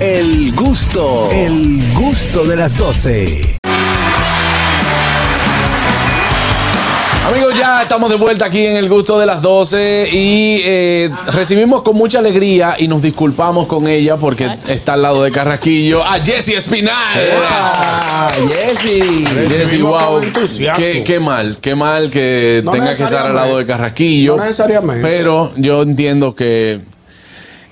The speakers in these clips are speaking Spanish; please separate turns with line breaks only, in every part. El gusto, el gusto de las 12.
Amigos, ya estamos de vuelta aquí en el gusto de las 12 y eh, recibimos con mucha alegría y nos disculpamos con ella porque está al lado de Carrasquillo a Jessy Espinal.
Ah, Jessy.
Jessy,
Recibimos
wow.
con entusiasmo.
Qué, qué mal, qué mal que
No
tenga que estar al lado de
necesariamente.
Carrasquillo.
No necesariamente.
pero yo entiendo que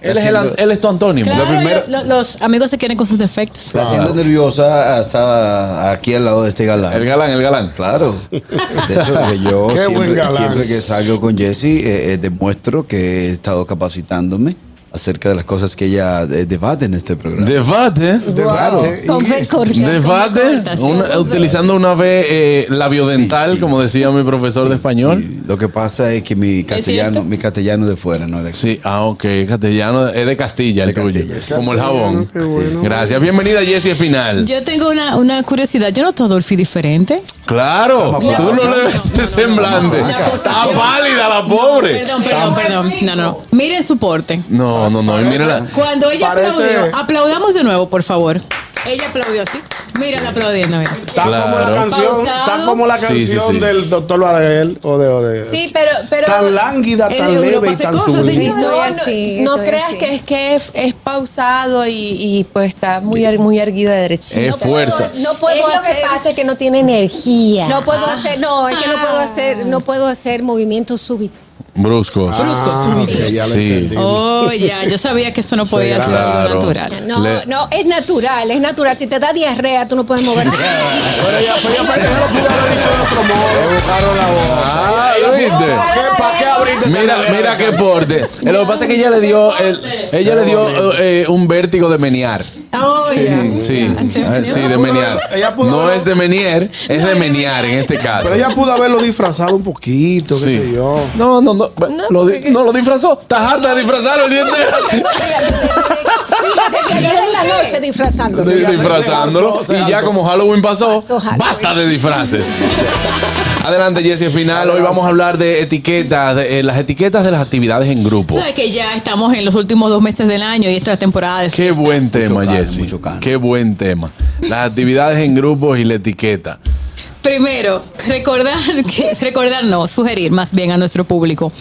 él es, el an- él es tu antónimo.
Claro,
Lo primero-
lo- los amigos se quieren con sus defectos.
Está siendo nerviosa hasta aquí al lado de este galán.
Ah. El galán, el galán.
Claro. De hecho, que yo
Qué buen
siempre,
galán.
siempre que salgo con Jessie eh, eh, demuestro que he estado capacitándome acerca de las cosas que ella eh, debate en este programa.
Debate.
Debate.
Con fe corta, con fe
Debate,
corta, sí,
una-
con fe-
utilizando una vez eh, labiodental,
Sí, sí.
como decía mi profesor de español.
Sí, lo que pasa es que mi castellano,
cierto?
mi castellano es de fuera, no de aquí.
Sí, ah, ok, castellano, es de Castilla el
De
tuyo,
Castilla.
como el jabón.
Qué bueno.
Gracias, bienvenida Jessie Espinal.
Yo tengo una, una curiosidad. Yo noto a Dolphy diferente.
Claro,
Vamos,
tú no
vamos.
le ves ese semblante.
no, no, no.
Está pálida la pobre.
Perdón, perdón, perdón. No, no, no. Miren su porte.
No, no, no, y mírala.
Cuando ella
Parece-
aplaudió, aplaudamos de nuevo, por favor. Ella aplaudió así. Mírala aplaudiendo, mira.
Está como
Claro.
la canción,
Pausado.
está como la
Sí, sí,
canción
sí.
del doctor Varel o de, o de-
Sí, pero, pero
Tan lánguida,
En
tan
Europa
leve y
se
tan
cosa,
sublime.
señor.
no,
Estoy
no,
así,
no
estoy
creas
así.
que es que es, es pausado y, y, pues está muy er- muy erguida derechita.
Es
No puedo-
fuerza.
No puedo
Es lo
hacer.
que pasa es que no tiene energía. Ah.
No puedo hacer, no, es que no puedo hacer, no puedo hacer movimientos súbitos.
Bruscos.
Ah, ok, ya lo
Sí.
entendí.
Oh, ya, yo sabía que eso no podía ser
Claro.
algo natural.
No,
Le-
no, es natural, es natural. Si te da diarrea, tú no puedes mover.
Pero ya, pero ya, pero ya lo pude haber dicho de otro modo.
Ah, ¿lo viste?
¿Qué, ¿Para qué abriste esa
Mira,
nevera?
mira qué porte. Eh, Lo que pasa es que ella le dio, el- ella le dio eh, un vértigo de menear.
Oh, ya.
Sí, eh, sí, de menear.
Ella pudo
No
haber-
es de menear, es de menear en este caso.
Pero ella pudo haberlo disfrazado un poquito, qué
Sí.
sé yo.
No, no, no. lo di- no lo disfrazó. Está harta de disfrazarlo el día entero.
Desde ayer en la noche disfrazándose.
Sí,
ya se
disfrazándolo.
hartó, se
Y ya
hartó.
como Halloween pasó,
Pasó Halloween.
basta de disfraces. Adelante, Jessie Final. Hoy vamos a hablar de etiquetas, de, eh, las etiquetas de las actividades en grupo.
Sabes que ya estamos en los últimos dos meses del año y esta temporada de
Qué buen tema,
cano,
Jessie.
mucho cano.
Qué buen tema. Las actividades en grupos y la etiqueta.
Primero, recordar, que, recordar no, sugerir más bien a nuestro público,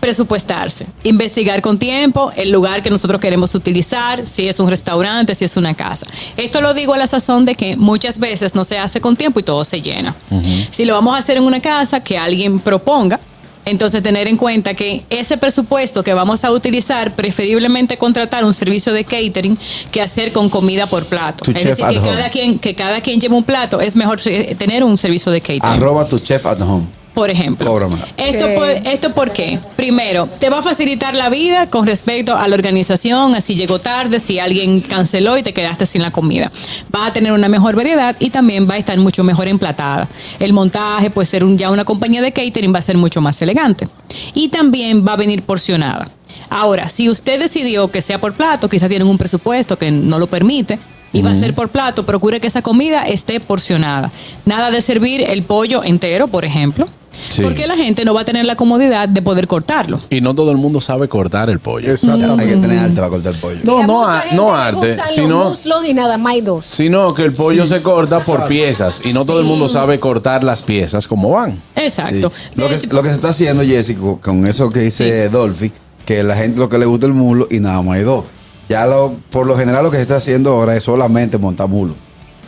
presupuestarse, investigar con tiempo el lugar que nosotros queremos utilizar, si es un restaurante, si es una casa. Esto lo digo a la sazón de que muchas veces no se hace con tiempo y todo se llena. Si lo vamos a hacer en una casa, que alguien proponga. Entonces, tener en cuenta que ese presupuesto que vamos a utilizar, preferiblemente contratar un servicio de catering que hacer con comida por plato.
Tu
es
chef
decir,
at
que
home.
cada quien, que cada quien lleve un plato, es mejor se- tener un servicio de catering.
Arroba tu chef at home.
por ejemplo.
Cobra más.
Esto,
Ok.
por, esto por qué? Primero, te va a facilitar la vida con respecto a la organización, a si llegó tarde, si alguien canceló y te quedaste sin la comida. Vas a tener una mejor variedad y también va a estar mucho mejor emplatada. El montaje puede ser un, ya una compañía de catering, va a ser mucho más elegante. Y también va a venir porcionada. Ahora, si usted decidió que sea por plato, quizás tienen un presupuesto que no lo permite, y va a ser por plato, procure que esa comida esté porcionada. Nada de servir el pollo entero, por ejemplo,
Sí.
porque la gente no va a tener la comodidad de poder cortarlo.
Y no todo el mundo sabe cortar el pollo.
Hay que tener arte para cortar pollo.
No,
A
no,
mucha
a-
gente
no
le
arte,
gustan Los
sino,
muslos y nada más y dos.
sino que el pollo se corta por piezas y no todo el mundo sabe cortar las piezas como van.
Exacto.
Sí. Lo,
De
que,
hecho,
lo que se está haciendo, Jessica, con eso que dice Dolphy, que la gente lo que le gusta el mulo y nada más hay dos. Ya lo, por lo general lo que se está haciendo ahora es solamente montar mulo.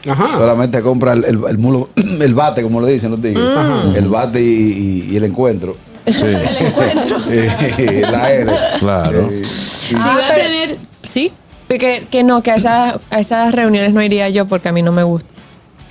Ajá.
Solamente compra el, el- el mulo, el bate, como lo dicen los tigres. El bate y, y- y el encuentro.
Sí,
Eh, la L.
claro.
Eh,
si
Ah,
va a
pero-
tener, sí,
Que, que no, que a esas, a esas reuniones no iría yo porque a mí no me gusta.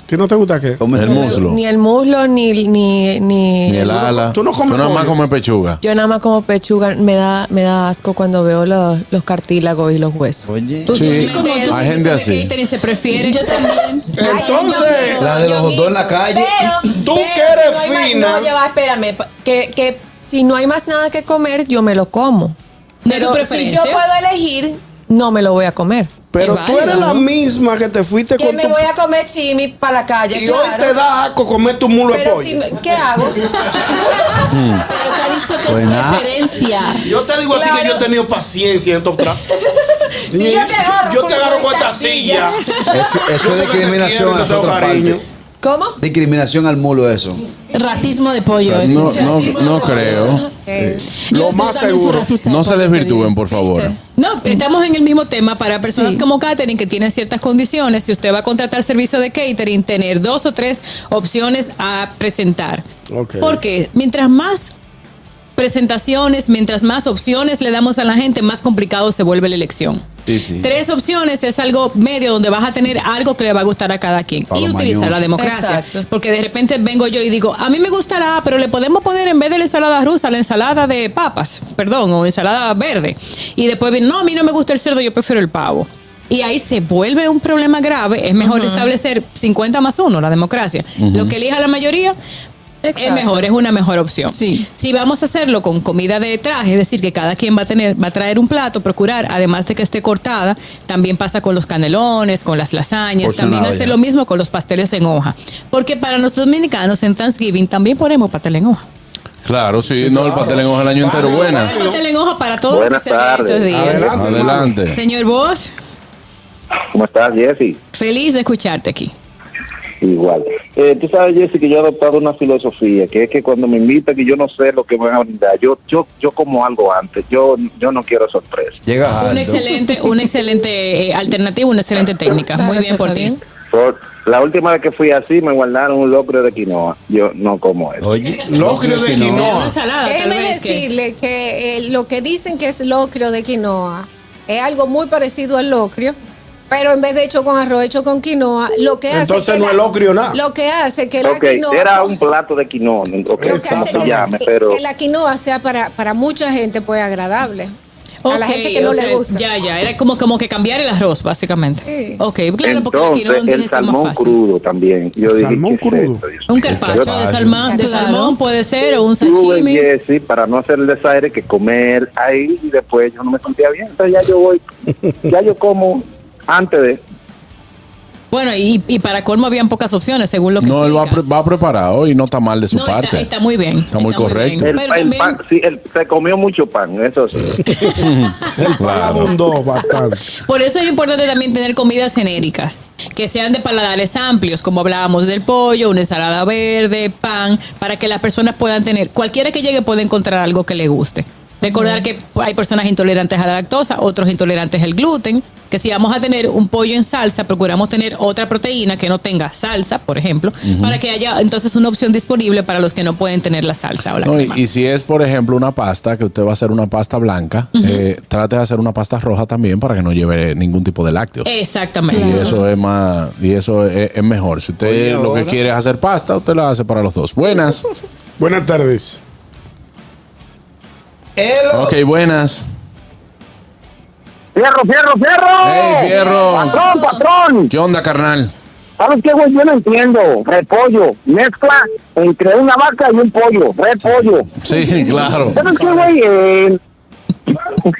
¿Tú no te gusta qué?
¿cómo
El
se llama?
muslo,
Ni el muslo, ni, ni, ni,
ni el ala.
tú no comes
Tú nada más
pollo.
comes pechuga.
Yo nada más como pechuga me da, me da asco cuando veo los, los cartílagos y los huesos.
Oye.
Sí,
como tú
hay gente
dices, el
así.
catering se prefiere. Yo también.
Entonces,
La de los hot dogs en la calle.
Tú que
pero
eres
si no hay
fina.
Más, no, ya va, espérame. pa- Que, que si no hay más nada que comer, yo me lo como.
No es tu
Pero si
preferencia.
yo puedo elegir, no me lo voy a comer.
pero
Es
tú eres
válido.
la misma que te fuiste
Que
con
me
tu
voy a comer chimi para la calle.
y
claro.
hoy te da asco comer tu mulo de
pero
pollo.
si me- ¿Qué hago?
Pero te ha dicho que
Pues nada.
preferencia.
Yo te digo a ti que yo he tenido paciencia en estos trapos.
yo te agarro
Yo te
con
agarro
el
silla.
Eso, eso es
te quiero
discriminación
y
a
te
las
tengo
otras
cariño.
partes.
¿Cómo?
Discriminación al mulo eso.
Racismo de pollo.
Racismo-
No, no, no creo.
Eh,
Lo más seguro.
No se desvirtúen, por favor.
No, estamos en el mismo tema para personas
Sí.
como catering que tienen ciertas condiciones. Si usted va a contratar servicio de catering, tener dos o tres opciones a presentar.
Ok.
Porque mientras más presentaciones, mientras más opciones le damos a la gente, más complicado se vuelve la elección.
Sí, sí.
Tres opciones es algo medio donde vas a tener algo que le va a gustar a cada quien
Pablo
y utilizar
Mañoz.
la democracia.
Exacto.
Porque de repente vengo yo y digo, a mí me gusta la A, pero le podemos poner en vez de la ensalada rusa, la ensalada de papas, perdón, o ensalada verde. Y después viene, no, a mí no me gusta el cerdo, yo prefiero el pavo. Y ahí se vuelve un problema grave. Es mejor establecer 50 más 1, la democracia. Lo que elija la mayoría, es
Exacto.
mejor, es una mejor opción.
Sí.
Si vamos a hacerlo con comida de traje, es decir, que cada quien va a tener, va a traer un plato, procurar, además de que esté cortada, también pasa con los canelones, con las lasañas,
Porcionada
también hace
ya.
lo mismo con los pasteles en hoja. Porque para los dominicanos en Thanksgiving también ponemos pastel en hoja.
Claro, sí, no, el pastel en hoja el año entero. Buenas.
Pastel en hoja para todos
Buenas tardes.
estos días.
Adelante,
Adelante.
Señor Vos,
¿Cómo estás, Jessy?
feliz de escucharte aquí.
Igual. Eh, tú sabes, Jessy, que yo he adoptado una filosofía, que es que cuando me invitan, que yo no sé lo que me van a brindar. Yo, yo, yo como algo antes. Yo, yo no quiero sorpresa.
Llega
Una
alto.
excelente, una excelente eh, alternativa, una excelente técnica.
Claro,
Muy bien
eso
por
está
ti.
bien.
Por- la última vez que fui así, me guardaron un locro de quinoa. Yo no como
Oh.
eso.
Oye,
Locrio de quinoa.
Una ensalada, tal
Déjeme
vez, que-
decirle que, eh, lo que dicen que es locrio de quinoa es algo muy parecido al locrio, pero en vez de hecho con arroz, hecho con quinoa, lo que hace
Entonces
que
no
la-
es locrio nada.
Lo que hace que
Ok,
la quinoa
era un plato de quinoa. ¿no? Ok,
lo que hace que
se
la-
llame,
que-
pero...
que la quinoa sea para, para mucha gente pues agradable. a la
Ok,
gente que no
o
le
sea,
gusta.
Ya, ya, era como, como que cambiar el arroz, básicamente.
Sí.
Ok, claro, porque aquí no
Entonces, el
es más
salmón
fácil.
crudo también. Yo dije,
salmón
¿qué es
crudo?
esto, Dios
Un
mío?
carpacho de,
Carpaccio.
salmón, de
Claro.
salmón puede ser, o un
tuve,
sashimi.
Jessy, para no hacer el desaire, que comer ahí y después yo no me sentía bien. Entonces ya yo voy, ya yo como antes de.
Bueno, y, y para colmo habían pocas opciones, según lo que
No, él va, pre-
explicas.
va preparado y no está mal de su
No, está-
parte.
Está, muy bien.
Está muy correcto.
El,
Pero
el
también-
pan, sí, el- se comió mucho pan, eso sí.
El pan abundó bastante.
Por eso es importante también tener comidas genéricas, que sean de paladares amplios, como hablábamos del pollo, una ensalada verde, pan, para que las personas puedan tener, cualquiera que llegue puede encontrar algo que le guste. Recordar que hay personas intolerantes a la lactosa, otros intolerantes al gluten, que si vamos a tener un pollo en salsa, procuramos tener otra proteína que no tenga salsa, por ejemplo, para que haya entonces una opción disponible para los que no pueden tener la salsa o la
No, y,
crema.
y si es, por ejemplo, una pasta, que usted va a hacer una pasta blanca, eh, trate de hacer una pasta roja también para que no lleve ningún tipo de lácteos.
Exactamente.
Y eso es más, y eso es, es mejor. Si usted
Oye,
lo que
ahora-
quiere es hacer pasta, usted la hace para los dos. Buenas.
Buenas tardes.
ok, buenas.
¡Fierro, fierro, fierro!
Ey, fierro.
¡Patrón, patrón!
¿Qué onda, carnal?
¿Sabes qué, güey? Yo no entiendo. Repollo, mezcla entre una vaca y un pollo. Repollo.
Sí, claro.
¿Sabes qué, güey? Eh,
O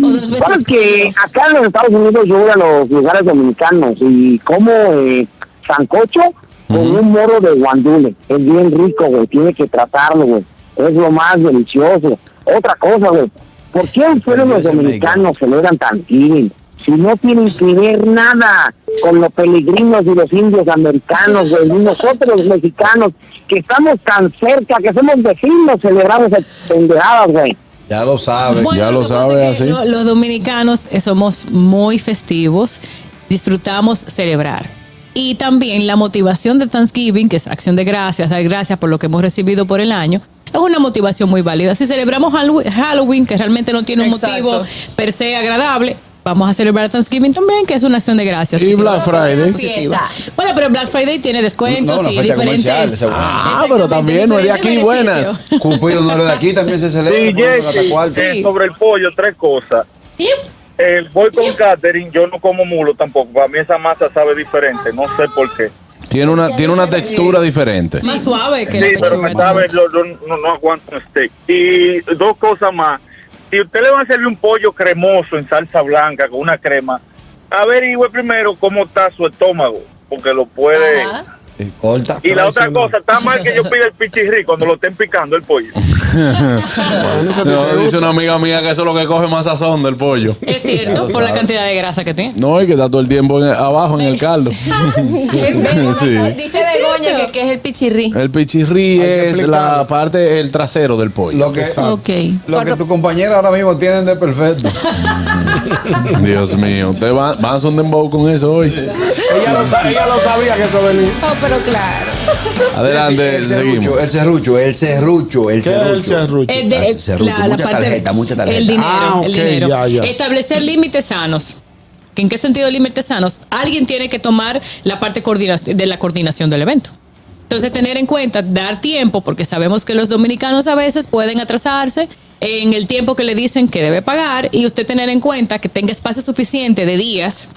dos veces.
Sabes que acá en los Estados Unidos yo voy a los lugares dominicanos y como eh, sancocho con un moro de guandule. Es bien rico, güey. Tiene que tratarlo, güey. Es lo más delicioso. Otra cosa, güey. ¿Por qué ustedes los
Delicioso,
dominicanos celebran Thanksgiving? Si no tienen que ver nada con los peregrinos y los indios americanos, güey. Y nosotros los mexicanos, que estamos tan cerca, que somos vecinos, celebramos esas pendejadas, güey.
Ya lo sabe.
Bueno,
Ya lo
que pasa
sabe, ¿ah,
es que
así.
lo- Los dominicanos eh, somos muy festivos, disfrutamos celebrar. Y también la motivación de Thanksgiving, que es acción de gracias, dar gracias por lo que hemos recibido por el año, es una motivación muy válida. Si celebramos Halloween- Halloween, que realmente no tiene un
Exacto.
motivo per se agradable, vamos a celebrar Thanksgiving también, que es una acción de gracias.
Y
que
Black
tiene una
Friday.
positiva. Bueno, pero Black Friday tiene descuentos
No, una
y
fecha comercial,
diferentes.
seguramente.
Ah, pero también no es de aquí.
Exactamente,
Buenas.
Cupido no era de aquí, también se celebra.
Sí,
por ejemplo,
Jessy,
Atacualpa.
eh, sobre el pollo, tres cosas. El voy con catering, yo no como mulo tampoco. Para mí esa masa sabe diferente, no sé por qué.
Tiene una, tiene una textura diferente.
Más suave que la
Sí, pero
pechuga
me
también.
sabe, yo, yo no, no aguanto un steak. Y dos cosas más. Si usted le va a servir un pollo cremoso en salsa blanca con una crema, averigüe primero cómo está su estómago, porque lo puede...
Corta.
Y la otra
Traicionado.
cosa, está mal que yo pida el pichirri cuando lo estén picando el pollo.
No, dice una amiga mía que eso es lo que coge más sazón del pollo.
Es cierto, por la cantidad de grasa que tiene.
No, y que está todo el tiempo en- abajo en el caldo. Sí.
Dice Begoña que, que es el pichirrí.
El pichirrí es la parte, el trasero del pollo.
Lo que,
Ok.
Eh,
lo que tu compañera ahora mismo tienen de perfecto.
Dios mío, ustedes van, van a hacer un dembow con eso hoy.
Ella lo, sa- ella lo sabía que eso venía.
Oh, pero claro.
Adelante,
el
seguimos.
serrucho, el serrucho, el serrucho, el
¿Qué es el
serrucho.
serrucho?
Eh, de-
Ah, sí, Cerrucho, mucha tarjeta, mucha tarjeta.
El dinero,
Ah,
el
ok,
dinero.
ya, ya.
Establecer límites sanos. ¿En qué sentido límites sanos? Alguien tiene que tomar la parte coordina- de la coordinación del evento. Entonces, tener en cuenta, dar tiempo, porque sabemos que los dominicanos a veces pueden atrasarse en el tiempo que le dicen que debe pagar y usted tener en cuenta que tenga espacio suficiente de días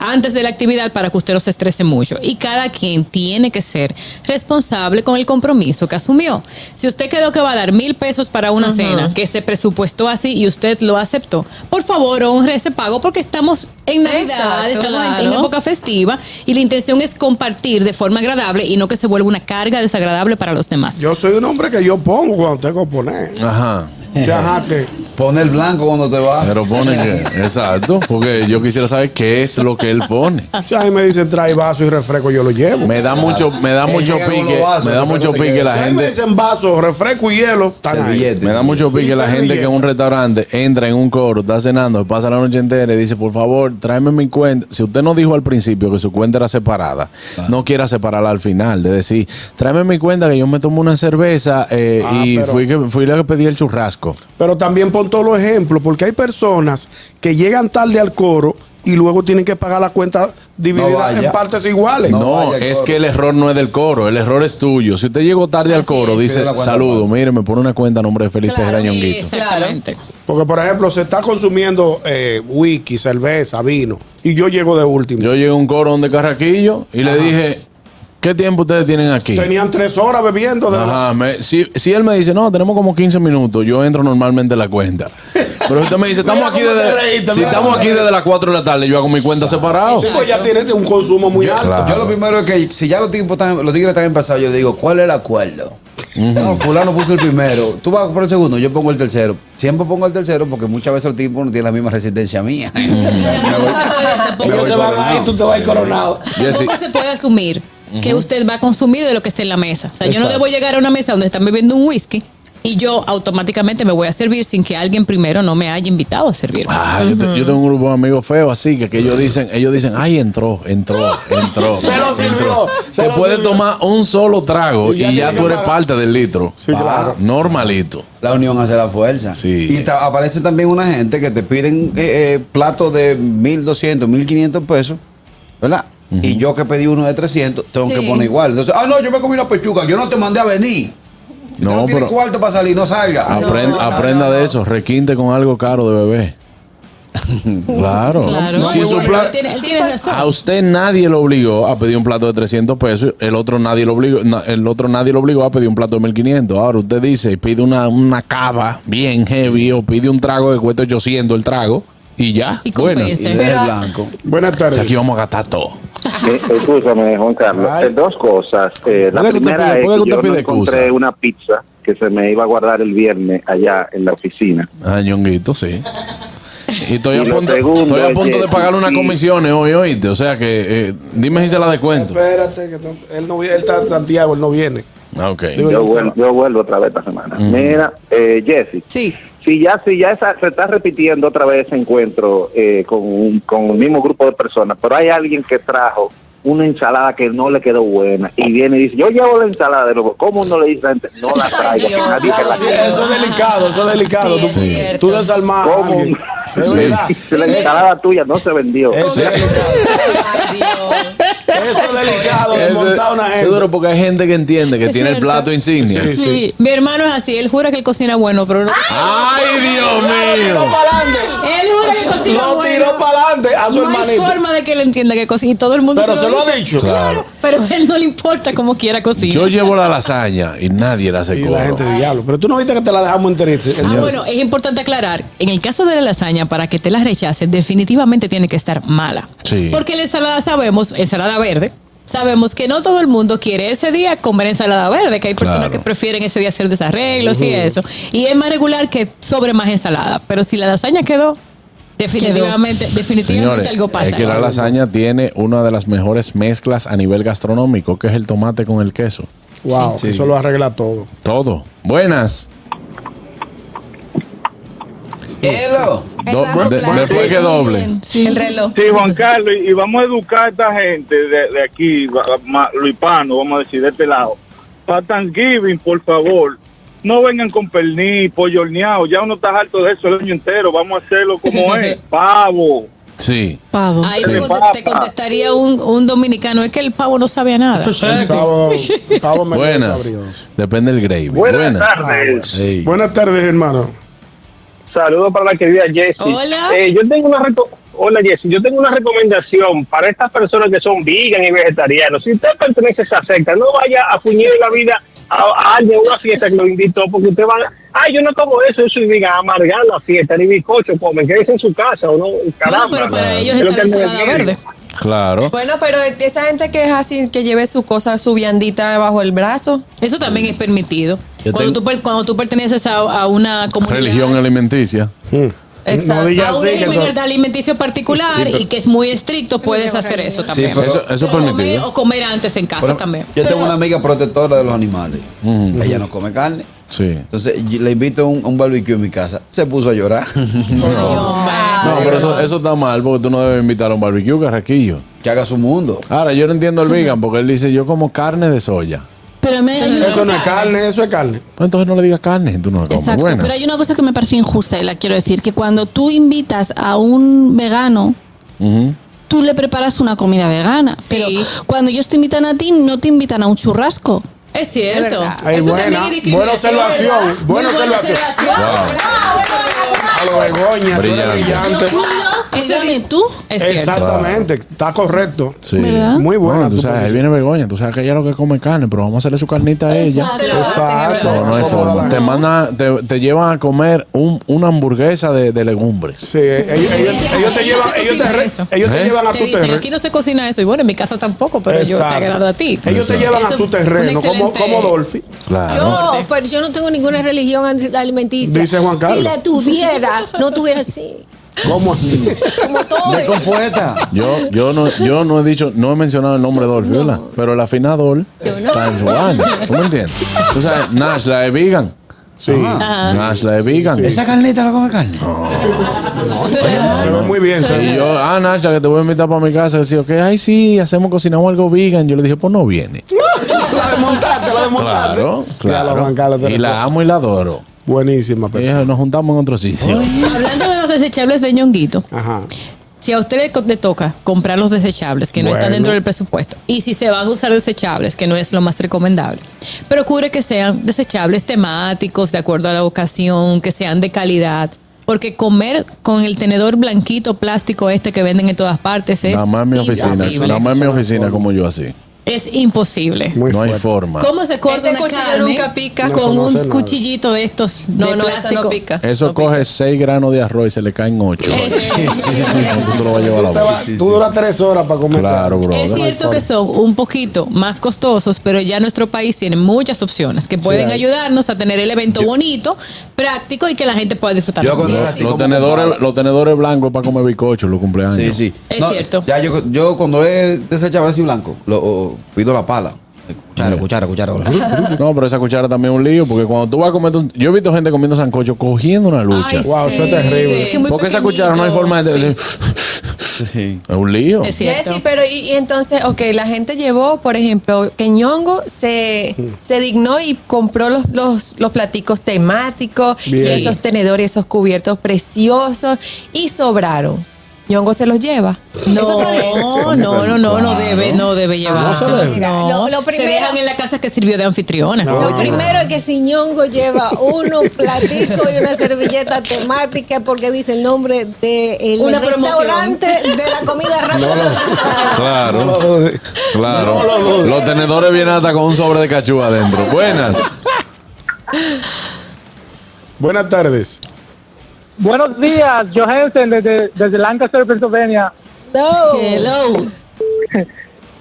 antes de la actividad para que usted no se estrese mucho. Y cada quien tiene que ser responsable con el compromiso que asumió. Si usted quedó que va a dar mil pesos para una cena, que se presupuestó así y usted lo aceptó, por favor honre ese pago porque estamos en Navidad,
Exacto,
estamos en- en
claro.
época festiva y la intención es compartir de forma agradable y no que se vuelva una carga desagradable para los demás.
Yo soy un hombre que yo pongo cuando tengo que poner.
Ajá.
Que Ajá, que.
Pone el blanco cuando te vas.
Pero pone que. Exacto. Porque yo quisiera saber qué es lo que él pone.
Si a mí me dicen trae vaso y refresco, yo lo llevo.
Me da mucho, me da
Él Eh,
mucho
llega con los
pique.
vasos,
Me da
pero
mucho
no se
pique
queda.
la
Si a mí me
gente.
dicen vaso, refresco y hielo, están ahí.
Servillete.
Me da mucho pique la gente que en un restaurante entra en un coro, está cenando, pasa la noche entera y dice, por favor, tráeme mi cuenta. Si usted no dijo al principio que su cuenta era separada,
Ah.
no quiera separarla al final. De decir, tráeme mi cuenta que yo me tomo una cerveza eh,
Ah,
y
pero-
fui, que, fui la que pedí el churrasco.
Pero también pon todos los ejemplos, porque hay personas que llegan tarde al coro y luego tienen que pagar la cuenta dividida
vaya.
en partes iguales.
No,
No vaya al
es
coro.
que el error no es del coro, el error es tuyo. Si usted llegó tarde al coro,
es. Sí,
dice,
de la cuenta
saludo,
pasa".
mire, me pone una cuenta a nombre de Feliz Tejera Ñonguito.
Exactamente.
Porque, por ejemplo, se está consumiendo eh, whisky, cerveza, vino, y yo llego de último.
Yo llegué a un coro donde Carraquillo y le dije, ¿qué tiempo ustedes tienen aquí?
Tenían tres horas bebiendo. De
Ajá, me- si, si él me dice, no, tenemos como 15 minutos, yo entro normalmente en la cuenta. Pero usted me dice, estamos
Mira
aquí
cómo te
desde,
reíste,
si
mira
estamos
cómo
aquí
te
desde las 4 de la tarde, yo hago mi cuenta separado.
Sí, pues ya tienes un consumo muy alto.
claro.
Yo lo primero es que si ya los, tipos están, los tigres están empezados, yo le digo, ¿cuál es el acuerdo? No, fulano puso el primero, tú vas por el segundo, yo pongo el tercero. Siempre pongo el tercero porque muchas veces los tipos no tienen la misma resistencia mía. Me voy- me voy
Ellos se
por
van
el
ahí,
lado.
tú te vas a ir coronado.
Jessy,
Tampoco se puede asumir que usted va a consumir de lo que esté en la mesa. O sea, yo no
Exacto.
debo llegar a una mesa donde están bebiendo un whisky y yo automáticamente me voy a servir sin que alguien primero no me haya invitado a servir.
ah, yo, te- yo tengo un grupo de amigos feos así que, que ellos dicen, ellos dicen, ay, entró, entró, entró.
Se lo sirvió,
entró".
se
Te
lo
puedes
sirvió.
tomar un solo trago
Y ya
y ya
tiene que
tú eres
pagar.
parte del litro. Ah,
Sí, claro.
Normalito.
La unión hace la fuerza.
Sí.
Y ta- aparece también una gente que te piden eh, eh, platos de 1200, 1500 pesos, ¿verdad? Y yo que pedí uno de 300, tengo que
Sí.
poner igual. Entonces, ah, no, yo me comí una pechuga, yo no te mandé a venir. Usted
No,
No, tiene
pero- Ah,
cuarto para salir, no salga.
Aprenda, aprenda de eso, requinte con algo caro de bebé. claro.
Claro.
Si su
Él
pla-
tiene- él tiene razón.
A usted nadie lo obligó a pedir un plato de 300 pesos, el otro nadie lo obligó, na- el otro nadie lo obligó a pedir un plato de 1500. Ahora usted dice, pide una, una cava bien heavy o pide un trago que cuesta 800 el trago y ya.
Y
bueno,
Y
compense.
deja el blanco.
Buenas
o
tardes.
sea, aquí vamos a gastar todo.
Eh, Escúchame, Juan Carlos.
Ay.
Eh, dos cosas. Eh, la
¿Por qué usted pide-
primera es
por qué
que
usted
yo no
pide excusa?
encontré una pizza que se me iba a guardar el viernes allá en la oficina.
Ah, ñonguito, sí. Y estoy,
Y
a
lo
punto,
segundo
estoy a
es
punto
que
de pagar unas
sí.
comisiones hoy, oíste. O sea que, eh, dime si se la descuento.
Espérate, que no- él, no, vi- él está en Santiago, él no viene.
Ah, ok.
Digo,
Yo
él se
vuelvo,
va.
yo vuelvo otra vez esta semana. Mira, eh, Jesse,
Sí.
si ya, si ya esa- se está repitiendo otra vez ese encuentro eh, con, un- con el mismo grupo de personas, pero hay alguien que trajo una ensalada que no le quedó buena eh, y viene y dice, yo llevo la ensalada de nuevo, ¿cómo no le dice la gente? No la traigo, que nadie se la
Sí,
coma.
eso es delicado, eso es delicado.
Sí,
tú,
es cierto.
tú desarmas a
¿Cómo?
alguien. Es
Sí.
verdad.
La ensalada tuya no se vendió.
Eso es delicado. Eso es delicado,
Mm.
desmontar a una gente.
Seguro porque hay gente que entiende que
Es
tiene el
cierto.
plato insignia.
Sí, sí.
Sí. Mi hermano es así, él jura que él cocina bueno, pero no.
¡Ay, Dios
Tiró
mío!
para adelante.
Él jura que cocina
Lo
bueno.
tiró para adelante a su
no hay
hermanito.
forma de que él entienda que cocina y todo el mundo
Pero se lo ha
dice.
dicho.
Claro.
Pero a él no le importa cómo quiera cocinar.
Yo llevo la lasaña y nadie la hace
Y
coro.
la gente diablo. Pero tú no viste que te la dejamos enterita.
Ah, bueno, es importante aclarar, en el caso de la lasaña, para que te la rechaces, definitivamente tiene que estar mala.
Sí.
Porque la ensalada sabemos, ensalada verde, sabemos que no todo el mundo quiere ese día comer ensalada verde, que hay personas
Claro.
que prefieren ese día hacer desarreglos y eso. Y es más regular que sobre más ensalada. Pero si la lasaña quedó, definitivamente, definitivamente
Señores,
algo pasa.
es que la lasaña tiene una de las mejores mezclas a nivel gastronómico, que es el tomate con el queso.
Wow,
Sí.
eso lo arregla todo.
Todo. Buenas.
Hello.
El
Do-
lado
de-
blanco.
después que doble.
El reloj.
Sí, Juan Carlos, y y vamos a educar a esta gente de, de aquí, va- ma- lo hispano, vamos a decir, de este lado. Para Thanksgiving, por favor, no vengan con pernil, pollo horneado, ya uno está harto de eso el año entero, vamos a hacerlo como es, pavo.
Sí.
Pavo.
Ahí
Sí.
te, cont- te contestaría un, un dominicano, es que el pavo no sabía nada.
El sábado, el sábado me quedé
Buenas.
sabridoso.
Depende del gravy.
Buenas,
Buenas.
tardes.
Ey.
Buenas tardes, hermano.
Saludos para la querida Jessie.
Hola.
Eh, yo tengo una reco- Hola Jessie, yo tengo una recomendación para estas personas que son vegan y vegetarianos. Si usted pertenece a esa secta, no vaya a fuñir la vida a, a alguien a una fiesta que lo invitó, porque usted va, ay, yo no como eso, yo soy vegan, a amargar la fiesta, ni bizcocho comen, quédese en su casa o no,
Bueno,
caramba.
pero para ellos
Es lo
está la
que me
ensalada
refiero.
verde.
Claro.
Bueno, pero esa gente que es así, que lleve su cosa, su viandita bajo el brazo.
Eso también es permitido.
Yo
Cuando,
tengo-
tú, per- cuando tú perteneces a, a una comunidad.
Religión alimenticia.
Mm.
Exacto.
No digas
A un
así que
régimen
eso-
alimenticio particular
Sí, pero-
y que es muy estricto, puedes hacer eso también.
pero-
Eso, eso es
Pero comer,
permitido.
o comer antes en casa
Bueno,
también.
Yo tengo una amiga protectora de los animales.
Ujú.
Ella no come carne.
Sí.
Entonces yo le invito a un, un barbecue en mi casa. Se puso a llorar.
Ah,
No, pero eso, eso está mal porque tú no debes invitar a un barbecue, carraquillo.
que haga su mundo.
Ahora, yo no entiendo el vegan porque él dice, yo como carne de soya.
Pero me- hay una
Eso no es
cosa-
carne, eso es carne.
Pues entonces no le digas carne, tú no la comes.
Exacto,
Buenas.
pero hay una cosa que me pareció injusta y la quiero decir, que cuando tú invitas a un vegano,
Ujú.
tú le preparas una comida vegana,
Sí.
pero cuando ellos te invitan a ti, no te invitan a un churrasco.
Es cierto.
verdad.
Ay,
Eso
buena,
también es
buena
discriminación.
observación,
¿verdad?
buena
Muy
observación.
Wow.
A lo Begoña, tú eres
Brillante.
brillante.
Pues
Cuídame tú.
Es cierto.
Exactamente, está correcto.
Sí.
¿Verdad?
Muy buena.
Bueno, tú
tu
sabes, ahí
posición.
viene Begoña, tú sabes que ella lo que come es carne, pero vamos a hacerle su carnita a ella.
Exacto.
Exacto.
No, no hay forma. Te mandan, te, te llevan a comer un- una hamburguesa de, de legumbres.
Sí, ellos, ellos- ellos te llevan, ellos te, re-
Eso.
ellos
¿Eh?
te llevan a
Te
tu
dicen,
terreno.
aquí no se cocina eso. Y bueno, en mi casa tampoco, pero yo te
Exacto.
agrado a ti.
Ellos te llevan
Eso
a su
es un
terreno, como,
excelente-
como Dolphy.
Claro.
No, pero yo no tengo ninguna religión an- alimenticia.
Dice Juan Carlos.
Si la tuviera, no tuviera así.
¿Cómo así?
Como todo.
Muy compuesta.
Yo, yo, no, yo no he dicho, no he mencionado el nombre de Dolph, ¿verdad? Pero la fina Dolph está en su baño. ¿Tú me entiendes? Tú sabes, Nash, la de vegan.
Sí.
Nash, la de vegan.
Esa carneta no come carne.
Se ve muy bien. se ve
Y
muy
yo, ah, Nacha, que te voy a invitar para mi casa. Decía, ok, ay, sí, hacemos, cocinamos algo vegan. Yo le dije, pues no viene.
bien. La desmontaste, la desmontaste.
Claro,
Mira, la Juan Carlos
claro.
te
Y la
recuerda.
amo y la adoro.
Buenísima
Y
persona.
nos juntamos en otro sitio.
Hablando de los desechables de ñonguito.
Ajá.
Si a usted le, co- le toca comprar los desechables que no están
Bueno.
dentro del presupuesto y si se van a usar desechables, que no es lo más recomendable, procure que sean desechables temáticos, de acuerdo a la ocasión, que sean de calidad. Porque comer con el tenedor blanquito plástico este que venden en todas partes es
Nada más en mi oficina.
imposible.
Nada más en mi oficina como yo así.
Es imposible.
Muy
no hay
fuerte.
forma.
¿Cómo se corta
Ese
una
cuchillo
carne
nunca pica.
No, eso
con
no hace
un
nada.
cuchillito de estos
No,
de
no, esa
plástico?
no pica.
Eso coge 6 granos de arroz y se le caen 8. Tú te lo vas a llevar a
Tú,
la
te vas-
boca.
tú duras tres horas para comer.
Claro,
carne.
bro.
Es cierto que son un poquito más costosos, pero ya nuestro país tiene muchas opciones que pueden
hay.
ayudarnos a tener el evento bonito, práctico y que la gente pueda disfrutar.
Yo cuando-
Sí.
así
Los
como
tenedores,
comprado.
los tenedores blancos para comer bicocho los
Ah,
cumpleaños.
Sí, sí.
Es cierto.
Ya yo, yo cuando es desechable así blanco, lo, o- pido la pala. Cuchara, cuchara, cuchara.
No, pero esa cuchara también es un lío, porque cuando tú vas a comer, un- yo he visto gente comiendo sancocho cogiendo una lucha.
Ay,
Wow, eso es terrible.
es que muy
porque esa
pequeñito.
cuchara no hay forma de... de-
Sí.
es un lío.
Es cierto.
Jessy, pero y, y entonces, ok, la gente llevó, por ejemplo, que Ñongo se, se dignó y compró los, los, los platicos temáticos, y
Bien.
esos tenedores, esos cubiertos preciosos, y sobraron. Ñongo se los lleva. Eso está bien.
No, no, no, no, no debe, no debe llevarse.
se debe.
No.
Lo- lo
se
primero-
dejan en la casa que sirvió de anfitriona.
Lo primero es que si Ñongo lleva uno platico y una servilleta temática porque dice el nombre del
Una
restaurante de la comida rápida.
Claro.
No lo dudes.
Claro. Los tenedores vienen hasta con un sobre de cachú adentro. Buenas.
Buenas tardes.
Buenos días, Johansen, desde, desde Lancaster, Pennsylvania.
No.
Hello.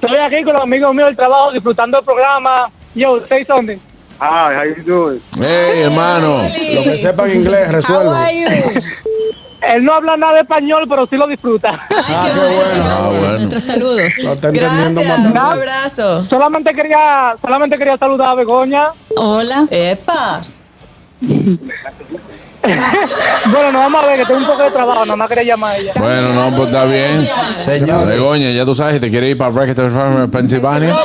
Estoy aquí con los amigos míos del trabajo disfrutando el programa. Yo, say something.
Hi, how you doing?
Hey, hermano.
Lo que sepan inglés, resuelvo.
Él no habla nada de español, pero sí lo disfruta.
Ah, qué bueno.
Ah, bueno.
Nuestros saludos.
Lo está entendiendo más.
Un abrazo.
Solamente quería, solamente quería saludar a Begoña.
Hola.
Epa.
Bueno, nos vamos a ver, que tengo un poco de trabajo, nada más quería llamar a ella.
Bueno, no, pues está bien.
Señor.
Begoña, ya tú sabes, si te quieres ir para Breakfast Farm, Pennsylvania.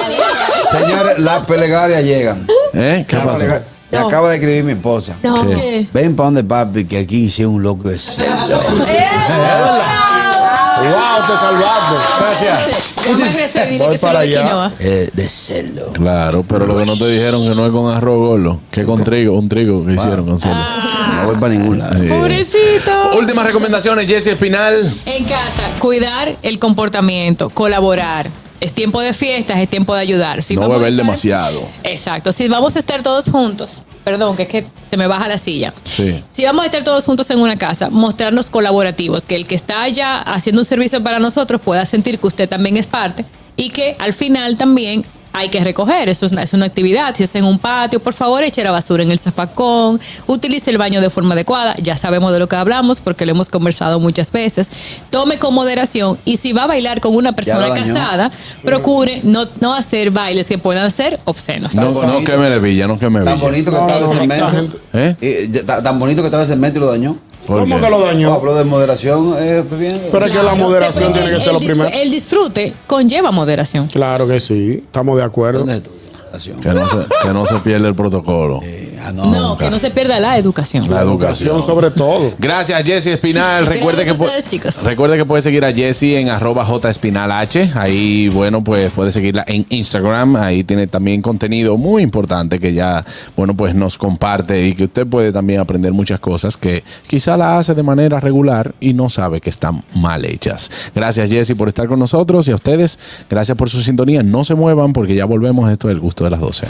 Señores, las plegarias llegan.
¿Eh? ¿Qué
Las
pasó?
plegarias. Me
No.
acaba de escribir mi esposa.
No,
Sí.
¿qué?
Ven pa' donde papi, que aquí hice un loco de celo.
Wow, te salvaste.
Gracias.
Yo me recibí de
Voy
que se
para
lo de
allá.
quinoa.
Eh, de celo.
Claro, pero lo que no te dijeron que no es con arroz gordo, que es con trigo, un trigo que hicieron con celo.
No voy para ningún lado.
Sí.
Pobrecito.
Últimas recomendaciones, Jesse Espinal.
En casa, cuidar el comportamiento, colaborar. Es tiempo de fiestas, es tiempo de ayudar. Si
No
vamos a
beber
estar-
demasiado.
Exacto. Si vamos a estar todos juntos, perdón, que es que se me baja la silla.
Sí.
Si vamos a estar todos juntos en una casa, mostrarnos colaborativos, que el que está allá haciendo un servicio para nosotros pueda sentir que usted también es parte y que al final también hay que recoger. Eso es una, es una actividad. Si es en un patio, por favor, eche la basura en el zafacón, utilice el baño de forma adecuada. Ya sabemos de lo que hablamos porque lo hemos conversado muchas veces. Tome con moderación y si va a bailar con una persona
dañó.
casada, procure no, no hacer bailes que puedan ser obscenos.
No, no queme la villa, no queme
Tan
villa.
bonito que
Ah. No,
estaba el
no, no,
cemento.
¿Eh?
Eh, ya- ta- Tan bonito que estaba el cemento y lo dañó.
¿Por
¿Cómo
qué?
que lo
No,
dañó?
hablo de moderación. eh, pues bien.
Pero es que la
Claro,
moderación
siempre
tiene que
el-
ser lo
el disfr-
primero.
El disfrute conlleva moderación.
Claro que sí, estamos de acuerdo.
¿Dónde es tu moderación?
Que no, se, que no se pierda el protocolo.
Ah, no.
No, que no se pierda la educación.
La
Educación
educación.
sobre todo.
Gracias, Jesse Espinal. Recuerde que,
Gracias a
pu-
ustedes, chicos.
recuerde que puede seguir a Jesse en arroba jespinalh. Ahí, bueno, pues puede seguirla en Instagram. Ahí tiene también contenido muy importante que ya, bueno, pues nos comparte y que usted puede también aprender muchas cosas que quizá la hace de manera regular y no sabe que están mal hechas. Gracias, Jesse, por estar con nosotros y a ustedes. Gracias por su sintonía. No se muevan porque ya volvemos. Esto es el gusto de las 12.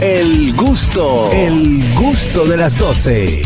El gusto, el gusto de las 12.